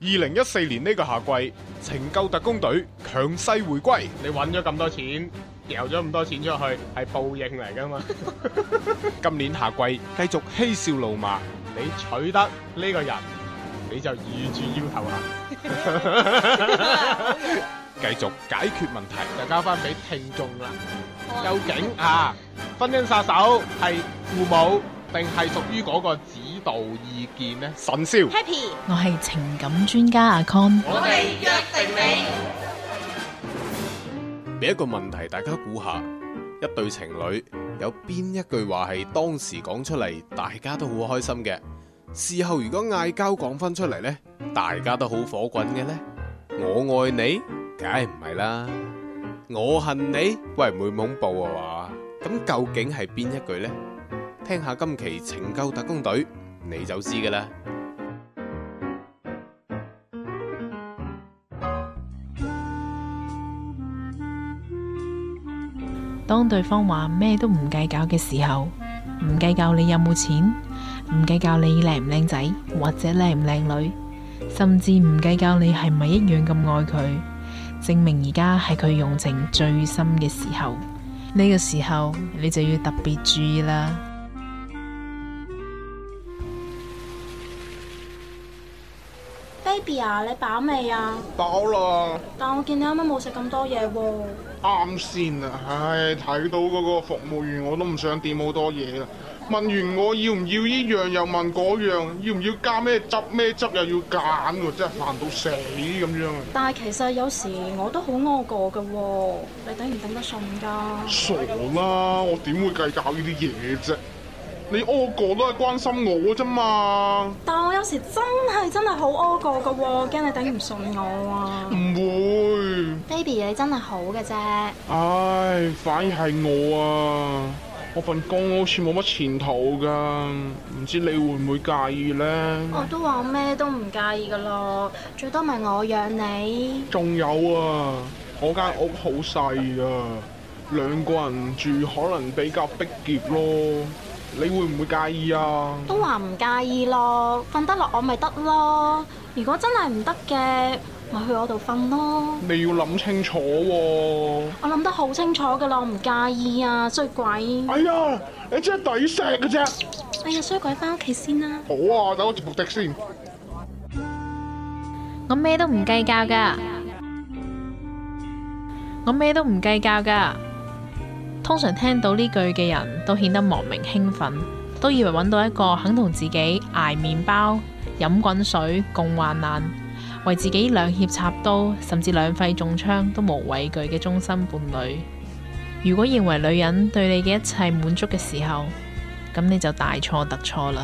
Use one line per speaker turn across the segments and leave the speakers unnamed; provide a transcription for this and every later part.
二零一四年呢個夏季，情救特工隊強勢回歸。
你揾咗咁多錢，掉咗咁多錢出去，係報應嚟噶嘛？
今年夏季繼續嬉笑怒罵，
你取得呢個人，你就預住要投降，
繼續解決問題。
就交翻俾聽眾啦。究竟啊，婚姻殺手係父母定係屬於嗰個指導意見呢？
神少
Happy，
我係情感專家阿 Con，
我哋約定你。
俾一個問題，大家估下，一對情侶有邊一句話係當時講出嚟，大家都好開心嘅。事後如果嗌交講翻出嚟呢，大家都好火滾嘅呢。我愛你，梗係唔係啦。我恨你，喂，唔會恐怖啊話。咁究竟係邊一句呢？聽下今期情救特工隊，你就知噶啦。
當對方話咩都唔計較嘅時候，唔計較你有冇錢，唔計較你靚唔靚仔或者靚唔靚女，甚至唔計較你係咪一樣咁愛佢，證明而家係佢用情最深嘅時候。呢個時候你就要特別注意啦。
Baby 啊，你飽未啊？
飽啦，
但我見你啱啱冇食咁多嘢喎。
啱先啊！唉，睇到嗰個服務員我都唔想點好多嘢啦。問完我要唔要依樣，又問嗰樣，要唔要加咩汁咩汁又要揀喎，真係煩到死咁樣啊！
但係其實有時我都好餓過㗎喎，你頂唔頂得順㗎？
傻啦！我點會計較呢啲嘢啫？你屙過都係關心我啫嘛，
但我有時真係真係好屙過㗎喎，驚你頂唔順我啊
唔會。
！Baby，你真係好嘅啫。
唉，反而係我啊！我份工好似冇乜前途㗎，唔知你會唔會介意
我
呢？
都話我咩都唔介意㗎咯，最多咪我養你。
仲有啊，我間屋好細啊，兩個人住可能比較逼仄咯。你會唔會介意啊？
都話唔介意咯，瞓得落我咪得咯。如果真係唔得嘅，咪去我度瞓咯。
你要諗清楚喎、
我諗得好清楚㗎啦，我唔介意啊，衰鬼！
哎呀，你真係抵食嘅啫！
哎呀，衰鬼翻屋企先啦。
好啊，等我接部的先。
我咩都唔計較噶，我咩都唔計較噶。通常聽到呢句嘅人都顯得莫名興奮，都以為揾到一個肯同自己捱麵包、飲滾水、共患難，為自己兩肋插刀，甚至兩肺中槍都無畏懼嘅終身伴侶。如果認為女人對你嘅一切滿足嘅時候，咁你就大錯特錯啦。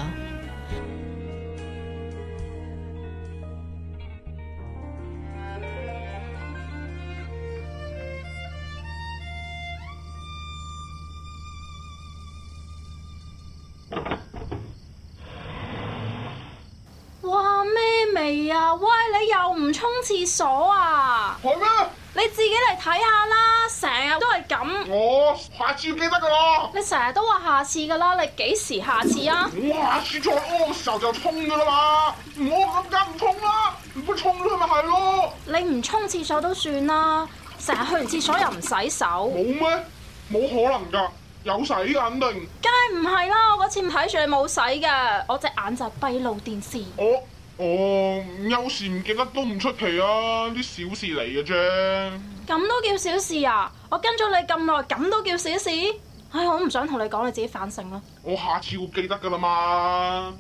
哇，咩味啊？喂，你又唔沖廁所啊？
係咩？
你自己嚟睇下啦，成日都係咁。
我下次要記得㗎啦。
你成日都話下次㗎啦，你幾時下次啊？
我下次再屙嘅時候就沖㗎啦嘛，唔屙咁梗唔沖啦，唔會沖咗咪係咯？
你唔沖廁所都算啦，成日去完廁所又唔洗手，
冇咩？冇可能㗎，有洗㗎肯定。
梗係唔係啦？我嗰次睇住你冇洗嘅，我隻眼就係閉路電視。
我哦，有時唔記得都唔出奇啊，啲小事嚟嘅啫。
咁都叫小事啊！我跟咗你咁耐，咁都叫小事？唉，我唔想同你講，你自己反省啦。
我下次會記得㗎啦嘛。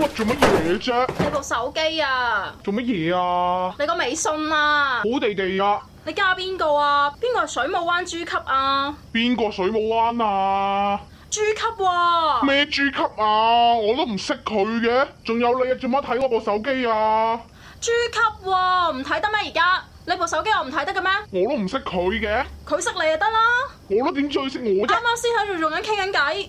喂，做乜嘢啫？
你部手機啊，
做乜嘢啊？
你個微信啊，
好地地啊，
你加邊個啊？邊個係水母灣豬級啊？
邊個水母灣啊？
豬級喎，
咩豬級啊？我都唔識佢嘅，仲有你做乜睇我部手機啊？
豬級喎，唔睇得咩而家？你部手機我唔睇得嘅咩？
我都唔識佢嘅，
佢識你就得啦。
我都點最識我啫
啱？啱先喺度仲緊傾緊偈，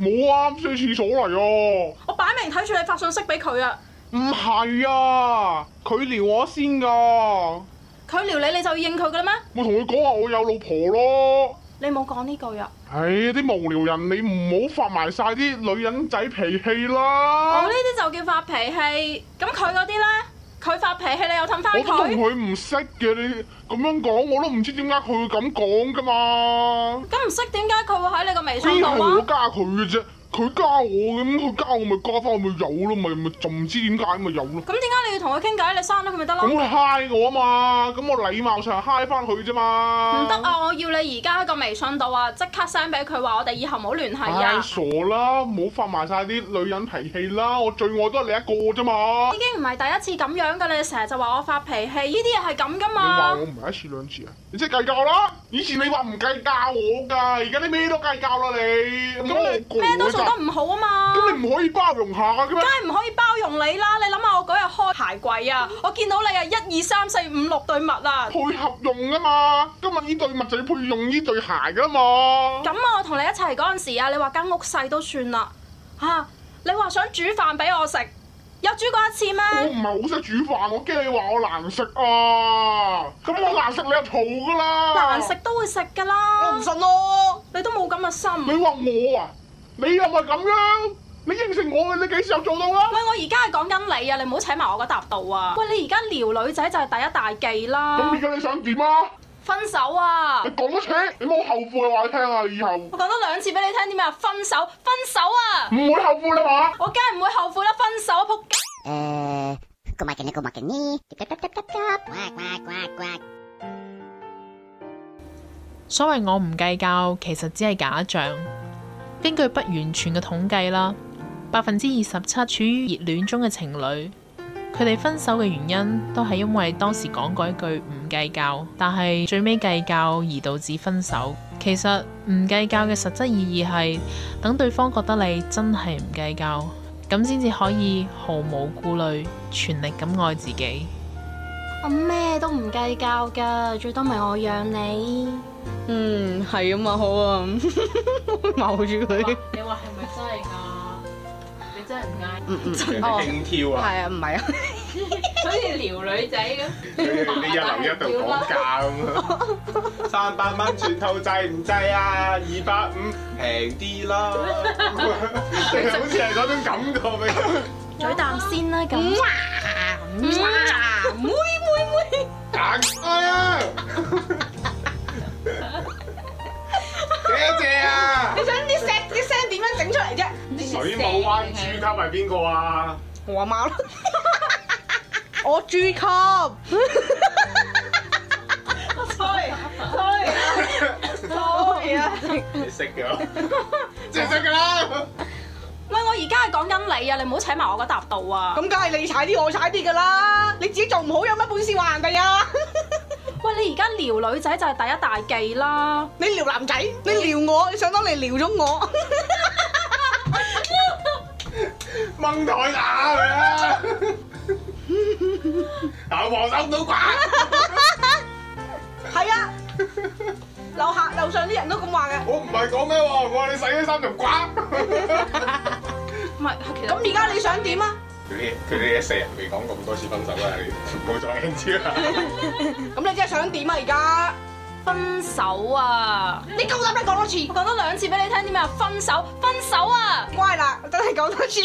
冇啊，啱先去廁所嚟啊！
我擺明睇住你發信息俾佢啊！
唔係啊，佢撩我先噶，我
佢撩你你就要應佢嘅啦咩？
同佢講話我有老婆咯。
你冇講呢句啊！
唉，啲無聊人，你唔好發埋晒啲女人仔脾氣
我
啦
哦呢。啲就叫發脾氣，咁佢嗰啲呢？佢發脾氣你又氹翻
我都同
佢，
佢唔識嘅，你咁樣講我都唔知點解佢會咁講噶嘛。
咁唔識點解佢會喺你個微
邊
信度
係哎我
啊？
加佢嘅啫，佢加我嘅咁，佢加我咪加翻，咪有咯，咪咪就唔知點解咪有咯。
咁點解你要同佢傾偈？你刪咗佢咪得咯？
咁佢嗨我啊嘛，咁我禮貌上嗨翻佢啫嘛。
唔得！啊！我要你而家喺個微信度啊，即刻 send 俾佢話我哋以後唔好聯繫
太
啊！
傻啦，唔好發埋晒啲女人脾氣啦，我最愛都係你一個啫嘛
已。經唔係第一次咁樣噶啦，你成日就話我發脾氣，呢啲嘢係咁噶
你話
嘛
我？唔係一次兩次啊？你即係計較啦！以前你話唔計較我㗎，而家你咩都計較啦
咁
你。咁
你咩都做得唔好啊嘛！
咁你唔可以包容下嘅咩
梗？係唔可以包容你啦！你諗下我嗰日開鞋櫃啊，我見到你啊一二三四五六對襪啊，
配合用啊嘛，今日呢對襪就要配用呢對鞋㗎嘛。
咁啊我同你一齊嗰陣時啊，你話間屋細都算啦嚇、啊你話想煮飯俾我食，有煮過一次
我
咩？
唔係好識煮飯，我驚你話我難食啊！咁我難食你就嘈㗎啦。
難食都會食噶啦，
哦信咯。
你都冇咁嘅心。
你話我啊？你又咪咁樣？你應承我嘅，你幾時有做到啊？
喂，我而家係講緊你啊，你唔好扯埋我個搭度啊！喂，你而家撩女仔就係第一大忌
咁而
啦，
家你想點啊？
分手啊
你！講多次，你冇後悔話你聽啊！以後
我講咗兩次俾你聽啲咩啊？分手，分手啊！
唔會後悔啦嘛。
我梗係唔會後悔啦，分手啊！仆街！
Eh, como que ni, como que ni. Tap, tap, tap, tap, tap. Quack, quack, quack, quack.
所謂我唔計較，其實只係假象。根據不完全嘅統計啦，百分之二十七處於熱戀中嘅情侶，佢哋分手嘅原因都係因為當時講過一句唔計較，但係最尾計較而導致分手。其實唔計較嘅實質意義係等對方覺得你真係唔計較，咁先至可以毫無顧慮、全力咁愛自己。
我咩都唔計較噶，最多咪我養你。
嗯，係咁啊，好啊，謀住佢。
你話係咪真係㗎？你真係唔嗌？
嗯嗯，
人
哦
哋輕佻啊，
係啊，唔係啊，
好似撩女仔咁。
你一樓一度講價咁啊，三百蚊全套制唔制啊？二百五平啲啦，你好似係嗰種感覺俾我
嘴啖先啦，咁
妹妹妹，
打開啊！幾隻啊？
你想啲石啲聲點樣整出嚟啫？
水母灣豬級係邊個啊？
我阿媽 咯，我豬級，係啊，
你識 㗎，即係識㗎啦。
喂，我而家係講緊你啊，你唔好扯埋我個搭度啊！
咁梗係你踩啲我踩啲噶啦，你自己做唔好有乜本事話人哋啊？
喂，你而家撩女仔就係第一大忌啦。
你撩男仔，你撩我，你想當你撩咗我，
掹台打佢啊！但黃手唔到掛，
係啊，樓下樓上啲人都咁話嘅，
我唔係講咩喎，我話你洗咗衫就掛。
唔係，其實
咁而家你想點啊？
佢哋佢哋一世人未講咁多次分手啦，你唔好再輕佻啦。
咁你即係想點啊？而家
分手啊！
你夠膽你講多次
我，講咗兩次俾你聽啲咩啊？分手，分手啊！
乖啦，真係講多次。